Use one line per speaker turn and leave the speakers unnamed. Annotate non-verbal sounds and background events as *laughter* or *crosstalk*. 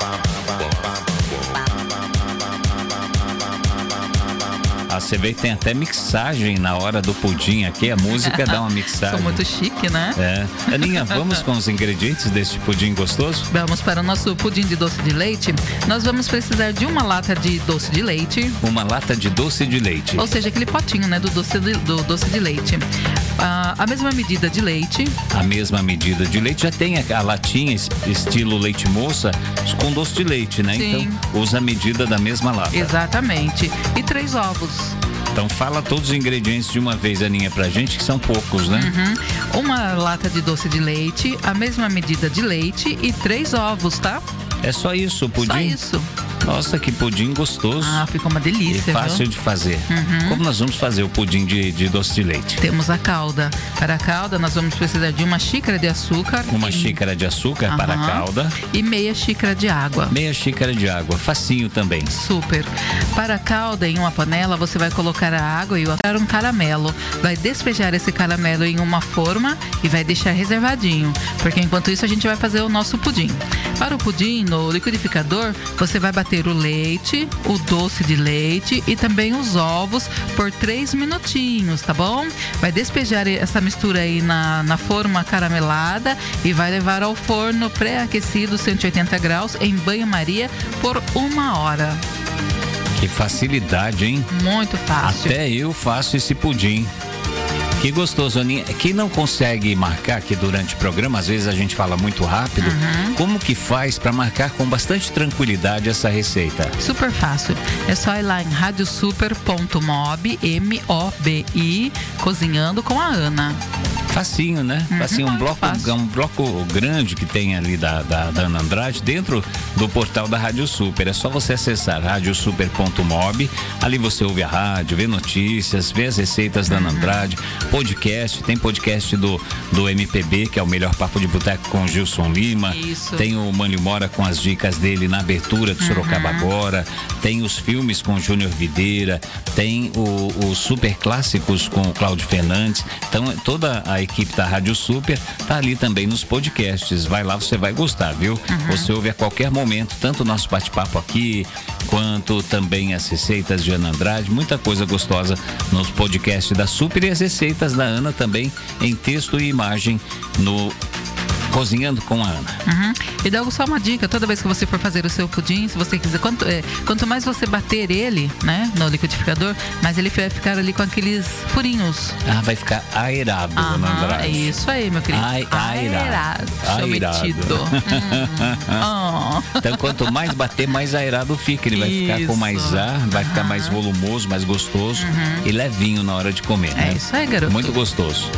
Ah, Você vê que tem até mixagem na hora do pudim aqui, a música dá
*laughs*
uma mixagem.
Sou muito chique, né?
É. Aninha, vamos com os ingredientes deste pudim gostoso?
Vamos para o nosso pudim de doce de leite. Nós vamos precisar de uma lata de doce de leite,
Uma lata de doce de leite.
ou seja, aquele potinho, né, do doce de, do doce de leite. Ah, a mesma medida de leite,
A mesma medida de leite já tem a a latinha es- estilo leite moça com doce de leite, né?
Sim.
Então usa a medida da mesma lata.
exatamente, e três ovos.
Então fala todos os ingredientes de uma vez, Aninha, pra gente, que são poucos, né?
Uhum. Uma lata de doce de leite, a mesma medida de leite e três ovos, tá?
É só isso, o pudim?
Só isso.
Nossa, que pudim gostoso.
Ah, ficou uma
e
delícia, viu?
fácil de fazer.
Uhum.
Como nós vamos fazer o pudim de, de doce de leite?
Temos a calda. Para a calda, nós vamos precisar de uma xícara de açúcar.
Uma
e-
xícara de açúcar para a
Aham.
calda,
E meia xícara de água.
meia xícara de água, facinho também.
Super. Para a calda, em uma panela, você vai colocar a água e o açúcar um caramelo. Vai despejar esse caramelo em uma forma e vai deixar reservadinho, porque enquanto isso a gente vai fazer o nosso pudim. Para o pudim, no liquidificador, você vai bater o leite, o doce de leite e também os ovos por 3 minutinhos, tá bom? Vai despejar essa mistura aí na, na forma caramelada e vai levar ao forno pré-aquecido 180 graus em banho-maria por uma hora.
Que facilidade, hein?
Muito fácil.
Até eu faço esse pudim. Que gostoso, Aninha. Quem não consegue marcar aqui durante o programa, às vezes a gente fala muito rápido, como que faz para marcar com bastante tranquilidade essa receita?
Super fácil. É só ir lá em radiosuper.mob, M-O-B-I, cozinhando com a Ana.
Facinho, né? Facinho, um
muito
bloco,
Uhum. Ah, fácil.
um bloco grande que tem ali da, da, da Ana Andrade dentro do portal da Rádio Super. É só você acessar radiosuper.mob. Ali você ouve a rádio, vê notícias, vê as receitas
Uhum.
da Ana Andrade, podcast, tem podcast do, do MPB, que é o melhor papo de boteco com Gilson Lima.
Isso.
Tem o Mano Mora com as dicas dele na abertura de Sorocaba Agora. Tem os filmes com Júnior Videira. Tem o- os super clássicos com o Cláudio Fernandes. Então, toda a equipe da Rádio Super tá ali também nos podcasts. Vai lá, você vai gostar, viu? Você ouve a qualquer momento, tanto o nosso bate-papo aqui, quanto também as receitas de Ana Andrade. Muita coisa gostosa nos podcasts da Super e as receitas da Ana também em texto e imagem no Cozinhando com a Ana.
Uhum. E dá só uma dica, toda vez que você for fazer o seu pudim, se você quiser, quanto, é, quanto mais você bater ele, né, no liquidificador, mas ele vai ficar ali com aqueles furinhos.
Ah, vai ficar aerado, Ana
Aham,
Andrade.
é isso aí, meu querido.
Ai, airado.
Airado, seu
Airado. *laughs*
metido. Hum. Oh.
Então, quanto mais bater, mais aerado fica. Ele vai ficar com
Isso. Uhum.
mais ar, vai ficar mais volumoso, mais gostoso e levinho na hora de comer.
É
né?
isso aí, garoto.
Muito gostoso.